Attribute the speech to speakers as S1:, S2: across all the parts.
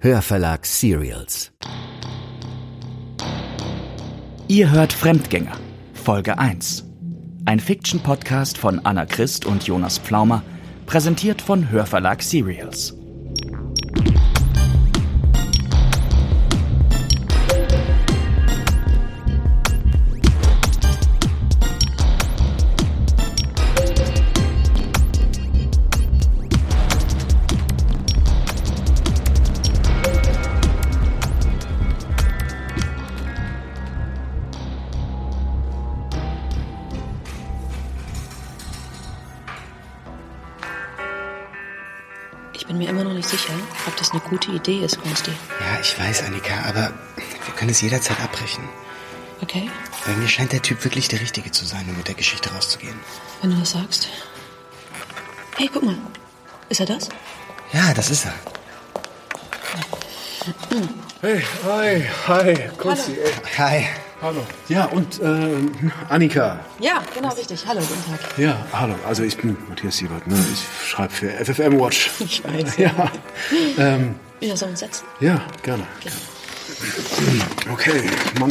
S1: Hörverlag Serials.
S2: Ihr hört Fremdgänger, Folge 1. Ein Fiction-Podcast von Anna Christ und Jonas Pflaumer, präsentiert von Hörverlag Serials.
S3: Ich bin mir immer noch nicht sicher, ob das eine gute Idee ist, Konsti.
S4: Ja, ich weiß, Annika, aber wir können es jederzeit abbrechen.
S3: Okay?
S4: Weil mir scheint der Typ wirklich der Richtige zu sein, um mit der Geschichte rauszugehen.
S3: Wenn du das sagst. Hey, guck mal. Ist er das?
S4: Ja, das ist er.
S5: Hey, hi, hi, Konsti. ey.
S4: Hi.
S5: Hallo. Ja, und äh, Annika.
S3: Ja, genau richtig. Hallo, guten Tag.
S5: Ja, hallo. Also ich bin Matthias Siebert, ne? ich schreibe für FFM Watch.
S3: Ich weiß.
S5: Ja, ähm,
S3: Ja, sollen wir uns setzen?
S5: ja, gerne. Okay, Mann.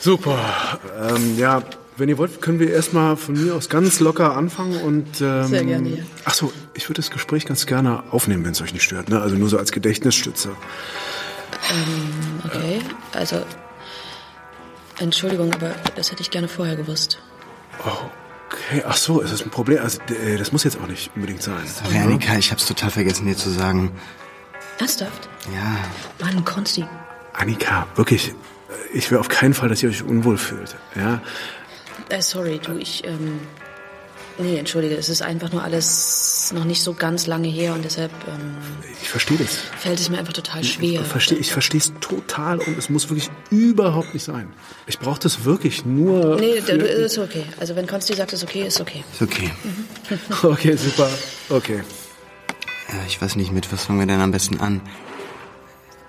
S5: Super. Ähm, ja, wenn ihr wollt, können wir erstmal von mir aus ganz locker anfangen und... Ähm,
S3: Sehr gerne, ja.
S5: Ach so, ich würde das Gespräch ganz gerne aufnehmen, wenn es euch nicht stört. Ne? Also nur so als Gedächtnisstütze.
S3: Ähm, Okay, also. Entschuldigung, aber das hätte ich gerne vorher gewusst.
S5: Okay, ach so, ist das ein Problem? Also äh, das muss jetzt auch nicht unbedingt sein.
S4: Sorry, Annika, ich hab's total vergessen, dir zu sagen.
S3: Ernsthaft?
S4: Ja,
S3: Mann, Konsti.
S5: Annika, wirklich, äh, ich will auf keinen Fall, dass ihr euch unwohl fühlt. Ja,
S3: Äh, sorry, du, ich. Ähm, nee, entschuldige, es ist einfach nur alles noch nicht so ganz lange her und deshalb ähm,
S5: ich verstehe das.
S3: fällt es mir einfach total schwer.
S5: Ich verstehe ich es total und es muss wirklich überhaupt nicht sein. Ich brauche das wirklich nur.
S3: Nee,
S5: für-
S3: du, ist okay. Also wenn Konsti sagt, ist okay, ist okay.
S4: ist okay.
S5: Okay, super. Okay.
S4: Ja, ich weiß nicht, mit was fangen wir denn am besten an?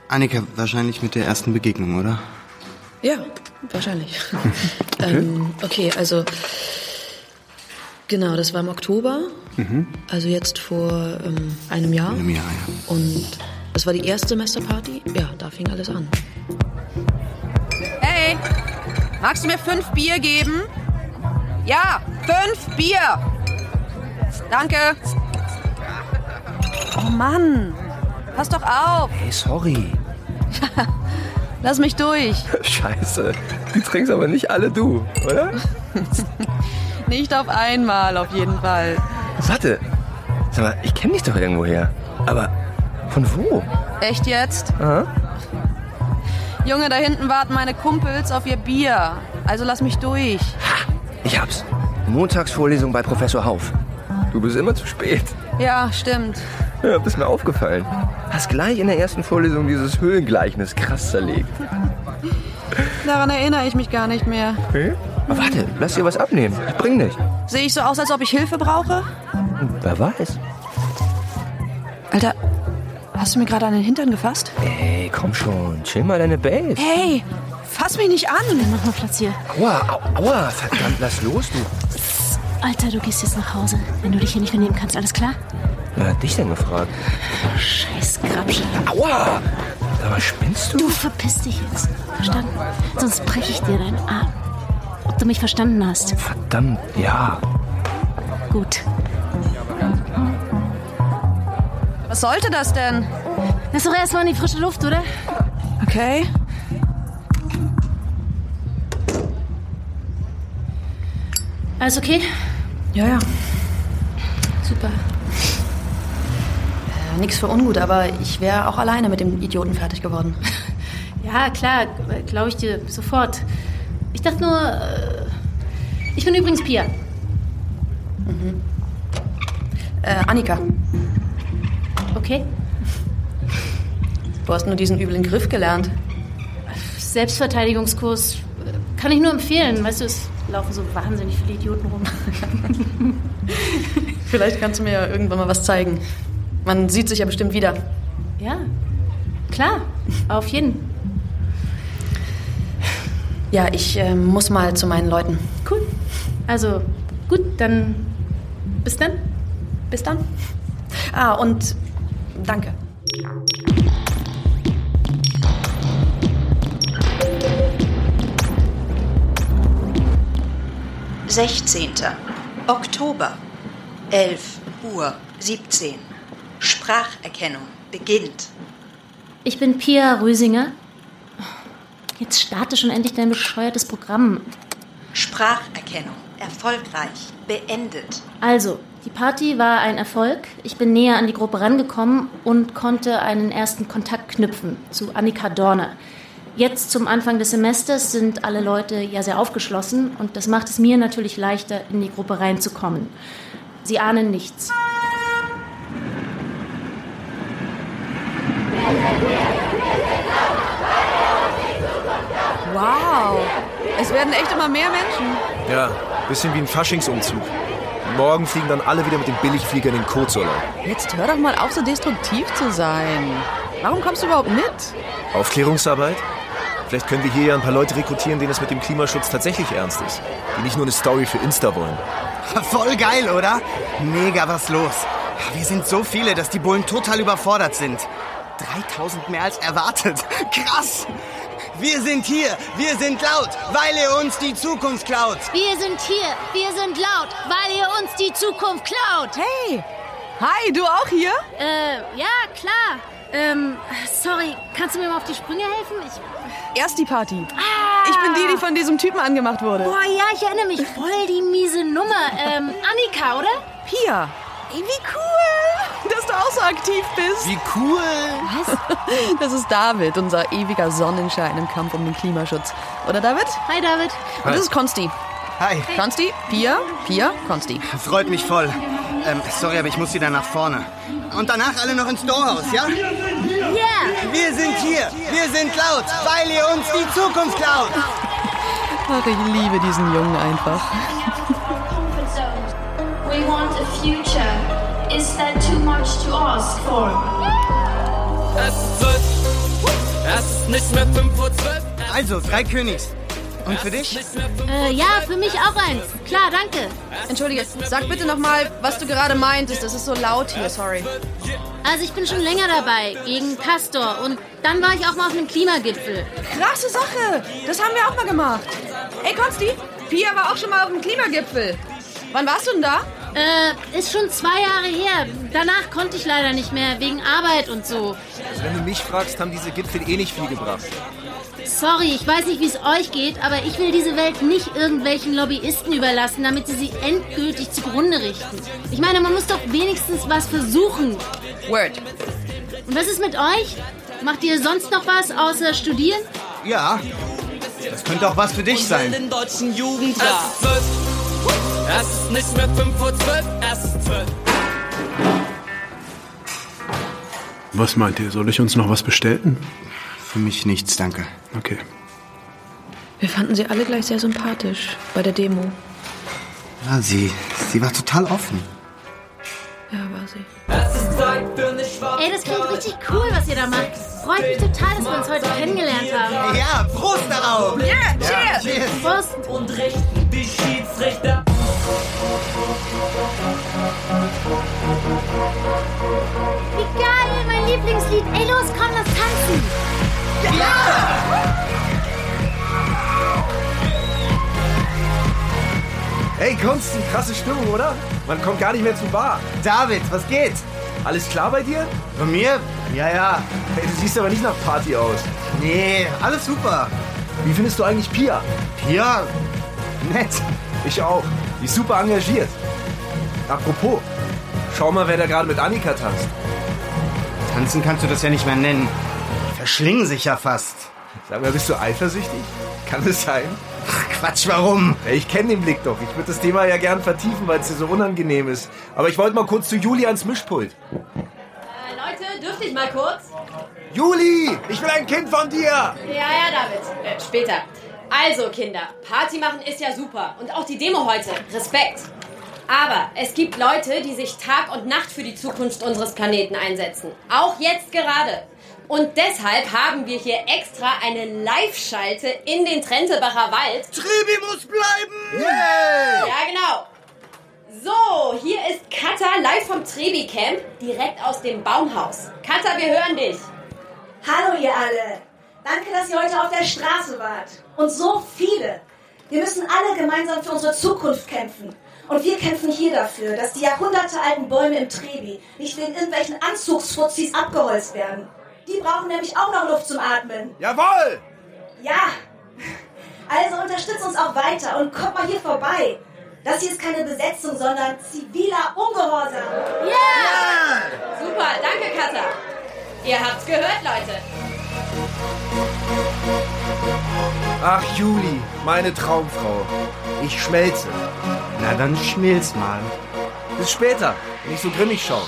S4: Annika, wahrscheinlich mit der ersten Begegnung, oder?
S3: Ja, wahrscheinlich. ähm, okay, also genau, das war im Oktober, also jetzt vor ähm, einem Jahr.
S4: Im Jahr, ja.
S3: Und das war die erste Semesterparty. Ja, da fing alles an.
S6: Hey, magst du mir fünf Bier geben? Ja, fünf Bier. Danke. Oh Mann, pass doch auf.
S7: Hey, sorry.
S6: Lass mich durch.
S7: Scheiße. Die trinkst aber nicht alle du, oder?
S6: Nicht auf einmal, auf jeden Fall.
S7: Warte. Sag mal, ich kenne dich doch irgendwoher. Aber von wo?
S6: Echt jetzt?
S7: Aha.
S6: Junge, da hinten warten meine Kumpels auf ihr Bier. Also lass mich durch.
S7: Ich hab's. Montagsvorlesung bei Professor Hauf. Du bist immer zu spät.
S6: Ja, stimmt.
S7: Ja, bist mir aufgefallen. Hast gleich in der ersten Vorlesung dieses Höhlengleichnis krass zerlegt.
S6: Daran erinnere ich mich gar nicht mehr.
S7: Hä? Aber warte, lass dir was abnehmen. Ich bring dich.
S6: Sehe ich so aus, als ob ich Hilfe brauche?
S7: Wer weiß.
S6: Alter, hast du mir gerade an den Hintern gefasst?
S7: Ey, komm schon. Chill mal deine Base.
S6: Hey, fass mich nicht an!
S8: Mach mal Platz hier.
S7: Aua, au, aua. Verdammt, lass los, du.
S8: Alter, du gehst jetzt nach Hause, wenn du dich hier nicht benehmen kannst. Alles klar?
S7: Wer hat dich denn gefragt?
S8: Scheiß Grabsche.
S7: Aua! Sag mal, spinnst
S8: Du verpiss dich jetzt. Verstanden? Sonst breche ich dir deinen Arm. Ob du mich verstanden hast?
S7: Verdammt, ja.
S8: Gut.
S6: Was sollte das denn?
S8: Lass doch erstmal in die frische Luft, oder?
S6: Okay.
S8: Alles okay?
S3: Ja, ja.
S8: Super.
S3: Äh, nix für ungut, aber ich wäre auch alleine mit dem Idioten fertig geworden.
S8: Ja, klar, glaube ich dir sofort. Ich dachte nur. äh, Ich bin übrigens Pia.
S3: Äh, Annika,
S8: Okay?
S3: du hast nur diesen üblen Griff gelernt.
S8: Selbstverteidigungskurs äh, kann ich nur empfehlen. Weißt du, es laufen so wahnsinnig viele Idioten rum.
S3: Vielleicht kannst du mir ja irgendwann mal was zeigen. Man sieht sich ja bestimmt wieder.
S8: Ja, klar, auf jeden.
S3: Ja, ich äh, muss mal zu meinen Leuten.
S8: Cool. Also gut, dann bis dann.
S3: Bis dann. Ah, und danke.
S9: 16. Oktober, 11 Uhr 17. Spracherkennung beginnt.
S8: Ich bin Pia Rüsinger. Jetzt starte schon endlich dein bescheuertes Programm.
S9: Spracherkennung erfolgreich beendet.
S8: Also, die Party war ein Erfolg. Ich bin näher an die Gruppe rangekommen und konnte einen ersten Kontakt knüpfen zu Annika Dorner. Jetzt zum Anfang des Semesters sind alle Leute ja sehr aufgeschlossen und das macht es mir natürlich leichter, in die Gruppe reinzukommen. Sie ahnen nichts.
S3: Wow. Es werden echt immer mehr Menschen.
S10: Ja, bisschen wie ein Faschingsumzug. Morgen fliegen dann alle wieder mit dem Billigflieger in den Kurzurlaub.
S3: Jetzt hör doch mal auf, so destruktiv zu sein. Warum kommst du überhaupt mit?
S10: Aufklärungsarbeit? Vielleicht können wir hier ja ein paar Leute rekrutieren, denen es mit dem Klimaschutz tatsächlich ernst ist. Die nicht nur eine Story für Insta wollen.
S11: Voll geil, oder? Mega was los. Wir sind so viele, dass die Bullen total überfordert sind. 3000 mehr als erwartet. Krass! Wir sind hier, wir sind laut, weil ihr uns die Zukunft klaut.
S12: Wir sind hier, wir sind laut, weil ihr uns die Zukunft klaut.
S3: Hey. Hi, du auch hier?
S8: Äh, ja, klar. Ähm, sorry, kannst du mir mal auf die Sprünge helfen? Ich, ah!
S3: Erst die Party. Ich bin die, die von diesem Typen angemacht wurde.
S8: boah, ja, ich erinnere mich. Voll die miese Nummer. Ähm, Annika, oder?
S3: Pia. Ey, wie cool, dass du auch so aktiv bist.
S10: Wie cool!
S3: Das ist David, unser ewiger Sonnenschein im Kampf um den Klimaschutz. Oder David?
S8: Hi, David.
S3: Und das ist Konsti.
S11: Hi,
S3: Konsti, Pia, Pia, Konsti.
S11: freut mich voll. Ähm, sorry, aber ich muss wieder nach vorne. Und danach alle noch ins Doorhaus, ja?
S12: Yeah.
S11: Wir sind hier, wir sind laut, weil ihr uns die Zukunft klaut.
S3: Ach, ich liebe diesen Jungen einfach.
S12: We want a future. Is that too much to ask for?
S11: Also, drei Königs. Und für dich?
S8: Äh, ja, für mich auch eins. Klar, danke.
S3: Entschuldige, sag bitte nochmal, was du gerade meintest. Es ist so laut hier, sorry.
S8: Also ich bin schon länger dabei, gegen Castor. Und dann war ich auch mal auf einem Klimagipfel.
S3: Krasse Sache! Das haben wir auch mal gemacht. Ey, Konsti, Pia war auch schon mal auf dem Klimagipfel. Wann warst du denn da?
S8: Äh, ist schon zwei Jahre her. Danach konnte ich leider nicht mehr, wegen Arbeit und so.
S10: Also wenn du mich fragst, haben diese Gipfel eh nicht viel gebracht.
S8: Sorry, ich weiß nicht, wie es euch geht, aber ich will diese Welt nicht irgendwelchen Lobbyisten überlassen, damit sie sie endgültig zugrunde richten. Ich meine, man muss doch wenigstens was versuchen.
S3: Word.
S8: Und was ist mit euch? Macht ihr sonst noch was außer studieren?
S11: Ja. Das könnte auch was für dich sein.
S5: Was meint ihr? Soll ich uns noch was bestellen?
S11: Für mich nichts, danke.
S5: Okay.
S4: Wir fanden sie alle gleich sehr sympathisch bei der Demo.
S11: Ja, sie, sie war total offen.
S4: Ja, war sie.
S8: Ey, das klingt richtig cool, was ihr da macht. Freut mich total, dass wir uns heute kennengelernt haben.
S11: Ja, Prost darauf!
S3: Yeah, cheers!
S8: Prost!
S12: Wie geil, mein Lieblingslied. Ey, los, komm, lass tanzen.
S10: Hey Konsti, krasse Stimmung, oder? Man kommt gar nicht mehr zur Bar.
S11: David, was geht?
S10: Alles klar bei dir?
S11: Bei mir? Ja, ja.
S10: Hey, du siehst aber nicht nach Party aus.
S11: Nee, alles super.
S10: Wie findest du eigentlich Pia?
S11: Pia, nett.
S10: Ich auch. Die ist super engagiert. Apropos, schau mal, wer da gerade mit Annika tanzt.
S11: Tanzen kannst du das ja nicht mehr nennen. Die verschlingen sich ja fast.
S10: Sag mal, bist du eifersüchtig? Kann es sein?
S11: Ach, Quatsch, warum?
S10: Ja, Ich kenne den Blick doch. Ich würde das Thema ja gern vertiefen, weil es dir so unangenehm ist. Aber ich wollte mal kurz zu Juli ans Mischpult.
S13: Äh,
S8: Leute, dürfte ich mal kurz?
S10: Juli, ich will ein Kind von dir!
S13: Ja, ja, David. Äh, später. Also, Kinder, Party machen ist ja super. Und auch die Demo heute. Respekt. Aber es gibt Leute, die sich Tag und Nacht für die Zukunft unseres Planeten einsetzen. Auch jetzt gerade. Und deshalb haben wir hier extra eine Live-Schalte in den Trentebacher Wald.
S11: Tribi muss bleiben!
S13: Ja, genau. So, hier ist Katha live vom Trebi Camp, direkt aus dem Baumhaus. Katha, wir hören dich.
S9: Hallo ihr alle. Danke, dass ihr heute auf der Straße wart. Und so viele.
S14: Wir müssen alle gemeinsam für unsere Zukunft kämpfen. Und wir kämpfen hier dafür, dass die jahrhundertealten Bäume im Trebi nicht wegen irgendwelchen Anzugsfuzis abgeholzt werden. Die brauchen nämlich auch noch Luft zum Atmen.
S15: Jawohl!
S14: Ja! Also unterstützt uns auch weiter und kommt mal hier vorbei. Das hier ist keine Besetzung, sondern ziviler Ungehorsam.
S13: Ja! Super, danke, Katha. Ihr habt's gehört, Leute.
S15: Ach, Juli, meine Traumfrau. Ich schmelze.
S4: Na, dann schmilz mal.
S15: Bis später, wenn ich so grimmig schaue.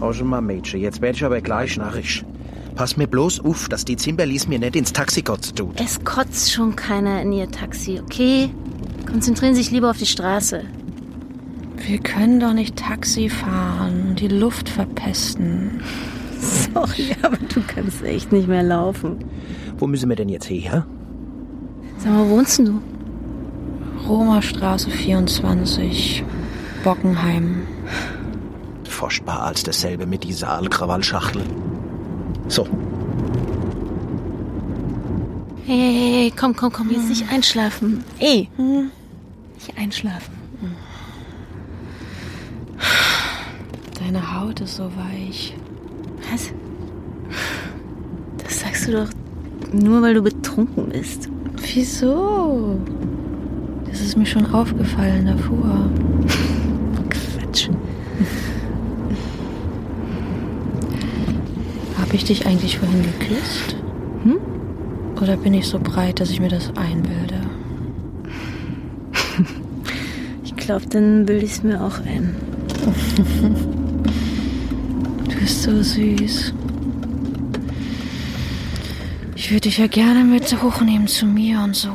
S10: Also mal, Mädchen, jetzt werd ich aber gleich narrisch. Pass mir bloß auf, dass die Zimperlis mir nicht ins Taxi kotzt tut.
S8: Es kotzt schon keiner in ihr Taxi, okay? Konzentrieren Sie sich lieber auf die Straße.
S3: Wir können doch nicht Taxi fahren und die Luft verpesten.
S8: Sorry, aber du kannst echt nicht mehr laufen.
S10: Wo müssen wir denn jetzt her?
S8: Sag mal, wo wohnst denn du?
S3: Roma Straße 24, Bockenheim.
S10: Forschbar als dasselbe mit dieser Aalkrawallschachtel. So,
S8: Hey, hey, hey, komm, komm, komm, jetzt nicht einschlafen. Ey, nicht einschlafen.
S3: Deine Haut ist so weich.
S8: Was? Das sagst du doch nur, weil du betrunken bist.
S3: Wieso? Das ist mir schon aufgefallen davor.
S8: Quatsch.
S3: Habe ich dich eigentlich vorhin geküsst? Hm? Oder bin ich so breit, dass ich mir das einbilde?
S8: Ich glaube, dann bilde ich es mir auch ein.
S3: Du bist so süß. Ich würde dich ja gerne mit hochnehmen zu mir und so.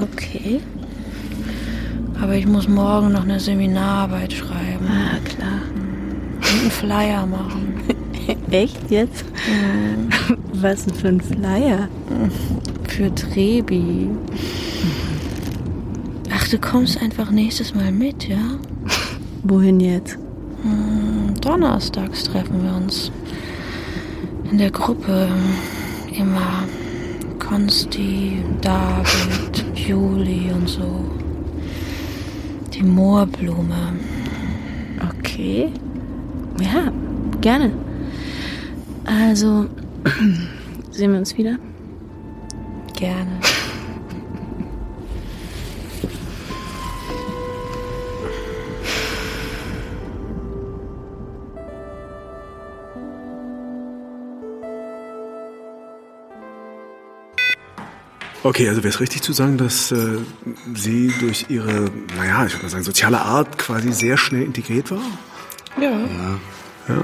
S8: Okay.
S3: Aber ich muss morgen noch eine Seminararbeit schreiben.
S8: Ah, klar.
S3: Und einen Flyer machen.
S8: Echt jetzt? Was denn für ein Flyer?
S3: Für Trebi. Ach, du kommst einfach nächstes Mal mit, ja?
S8: Wohin jetzt?
S3: Hm, Donnerstags treffen wir uns. In der Gruppe. ähm, Immer. Konsti, David, Juli und so. Die Moorblume.
S8: Okay. Ja, gerne. Also, sehen wir uns wieder?
S3: Gerne.
S5: Okay, also wäre es richtig zu sagen, dass äh, sie durch ihre, naja, ich würde mal sagen, soziale Art quasi sehr schnell integriert war?
S16: Ja.
S5: Ja?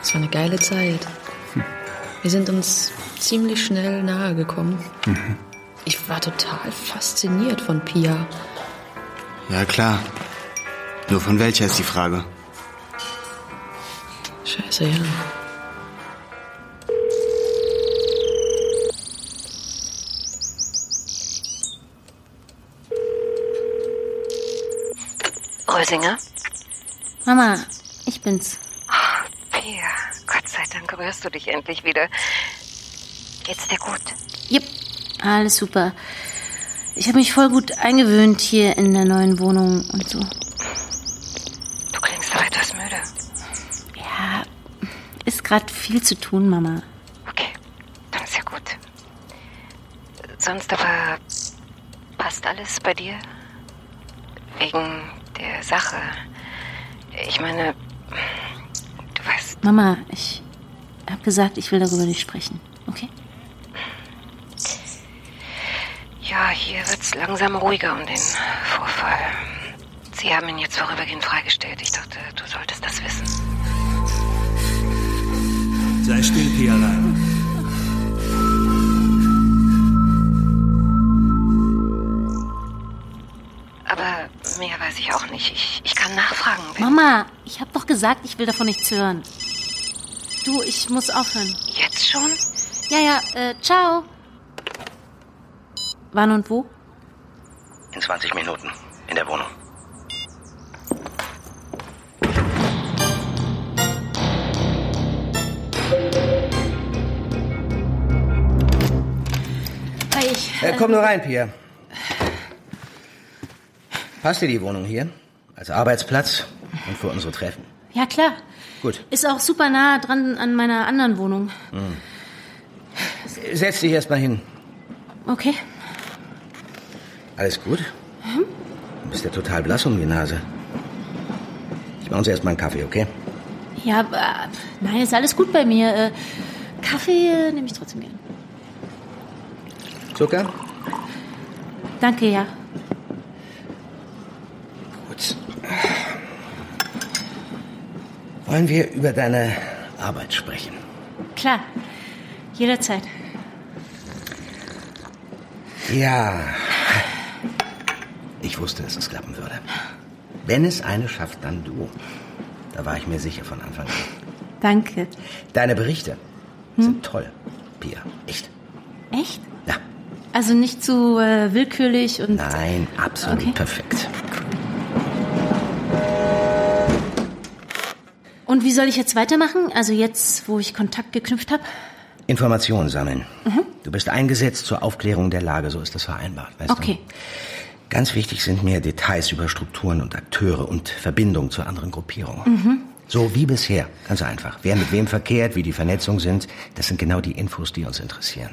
S16: Es war eine geile Zeit. Wir sind uns ziemlich schnell nahe gekommen. Ich war total fasziniert von Pia.
S4: Ja, klar. Nur von welcher ist die Frage?
S16: Scheiße, ja.
S6: Rösinger?
S8: Mama, ich bin's.
S6: Oh, Pia, Gott sei Dank rührst du dich endlich wieder. Geht's dir gut?
S8: Jupp, alles super. Ich habe mich voll gut eingewöhnt hier in der neuen Wohnung und so.
S6: Du klingst doch etwas müde.
S8: Ja, ist gerade viel zu tun, Mama.
S6: Okay, dann ist ja gut. Sonst aber passt alles bei dir? Wegen der Sache. Ich meine, du weißt,
S8: Mama, ich habe gesagt, ich will darüber nicht sprechen, okay?
S6: ja, hier wird's langsam ruhiger um den Vorfall. Sie haben ihn jetzt vorübergehend freigestellt. Ich dachte, du solltest das wissen.
S17: Sei still, Pia Leiber.
S6: Aber mehr weiß ich auch nicht. Ich, ich kann nachfragen. wenn-
S8: Mama, ich habe doch gesagt, ich will davon nichts hören. Du, ich muss aufhören.
S6: Jetzt schon?
S8: Ja, ja, äh, ciao. Wann und wo?
S10: in 20 Minuten in der Wohnung.
S17: Äh, komm nur rein, Pia. Passt dir die Wohnung hier? Als Arbeitsplatz und für unsere Treffen.
S8: Ja, klar.
S17: Gut.
S8: Ist auch super nah dran an meiner anderen Wohnung.
S17: Hm. Setz dich erstmal hin.
S8: Okay.
S17: Alles gut? Du bist ja total blass um die Nase. Ich mache uns erstmal einen Kaffee, okay?
S8: Ja, aber, nein, ist alles gut bei mir. Äh, Kaffee äh, nehme ich trotzdem gern.
S17: Zucker?
S8: Danke, ja.
S17: Gut. Wollen wir über deine Arbeit sprechen?
S8: Klar. Jederzeit.
S17: Ja. Ich wusste, dass es klappen würde. Wenn es eine schafft, dann du. Da war ich mir sicher von Anfang an.
S8: Danke.
S17: Deine Berichte sind toll, Pia. Echt.
S8: Echt?
S17: Ja.
S8: Also nicht zu äh, willkürlich und.
S17: Nein, absolut
S8: Okay.
S17: perfekt.
S8: Und wie soll ich jetzt weitermachen? Also jetzt, wo ich Kontakt geknüpft habe?
S17: Informationen sammeln.
S8: Mhm.
S17: Du bist eingesetzt zur Aufklärung der Lage, so ist das vereinbart. Weißt
S8: Okay.
S17: Du? Ganz wichtig sind mir Details über Strukturen und Akteure und Verbindungen zu anderen Gruppierungen.
S8: Mhm.
S17: So wie bisher, ganz einfach. Wer mit wem verkehrt, wie die Vernetzungen sind, das sind genau die Infos, die uns interessieren.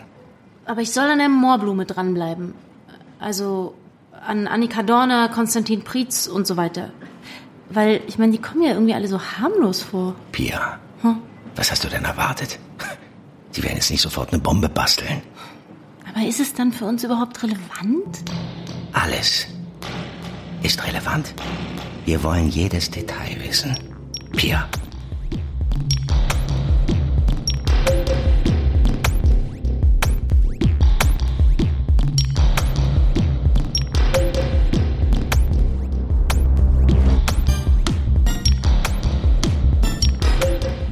S8: Aber ich soll an der Moorblume dranbleiben. Also an Annika Dorner, Konstantin Prietz und so weiter. Weil, ich meine, die kommen ja irgendwie alle so harmlos vor.
S17: Pia,
S8: Hm?
S17: was hast du denn erwartet? Sie werden jetzt nicht sofort eine Bombe basteln.
S8: Aber ist es dann für uns überhaupt relevant?
S17: Alles ist relevant. Wir wollen jedes Detail wissen. Pia.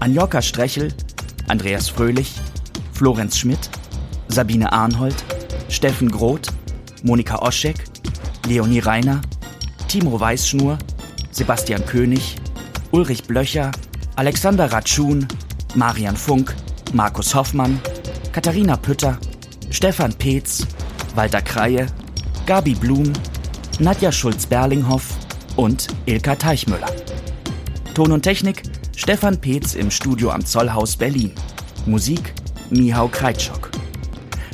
S2: Anjoka Strechel, Andreas Fröhlich, Florenz Schmidt, Sabine Arnhold, Steffen Groth, Monika Oschek, Leonie Reiner, Timo Weißschnur, Sebastian König, Ulrich Blöcher, Alexander Ratschun, Marian Funk, Markus Hoffmann, Katharina Pütter, Stefan Peetz, Walter Kreie, Gabi Blum, Nadja Schulz-Berlinghoff und Ilka Teichmüller. Ton und Technik Stefan Peetz im Studio am Zollhaus Berlin. Musik Mihau Kreitschok.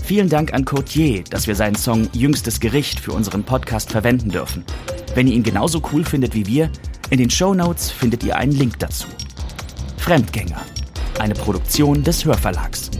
S2: Vielen Dank an Cotier, dass wir seinen Song Jüngstes Gericht für unseren Podcast verwenden dürfen. Wenn ihr ihn genauso cool findet wie wir, in den Shownotes findet ihr einen Link dazu. Fremdgänger. Eine Produktion des Hörverlags.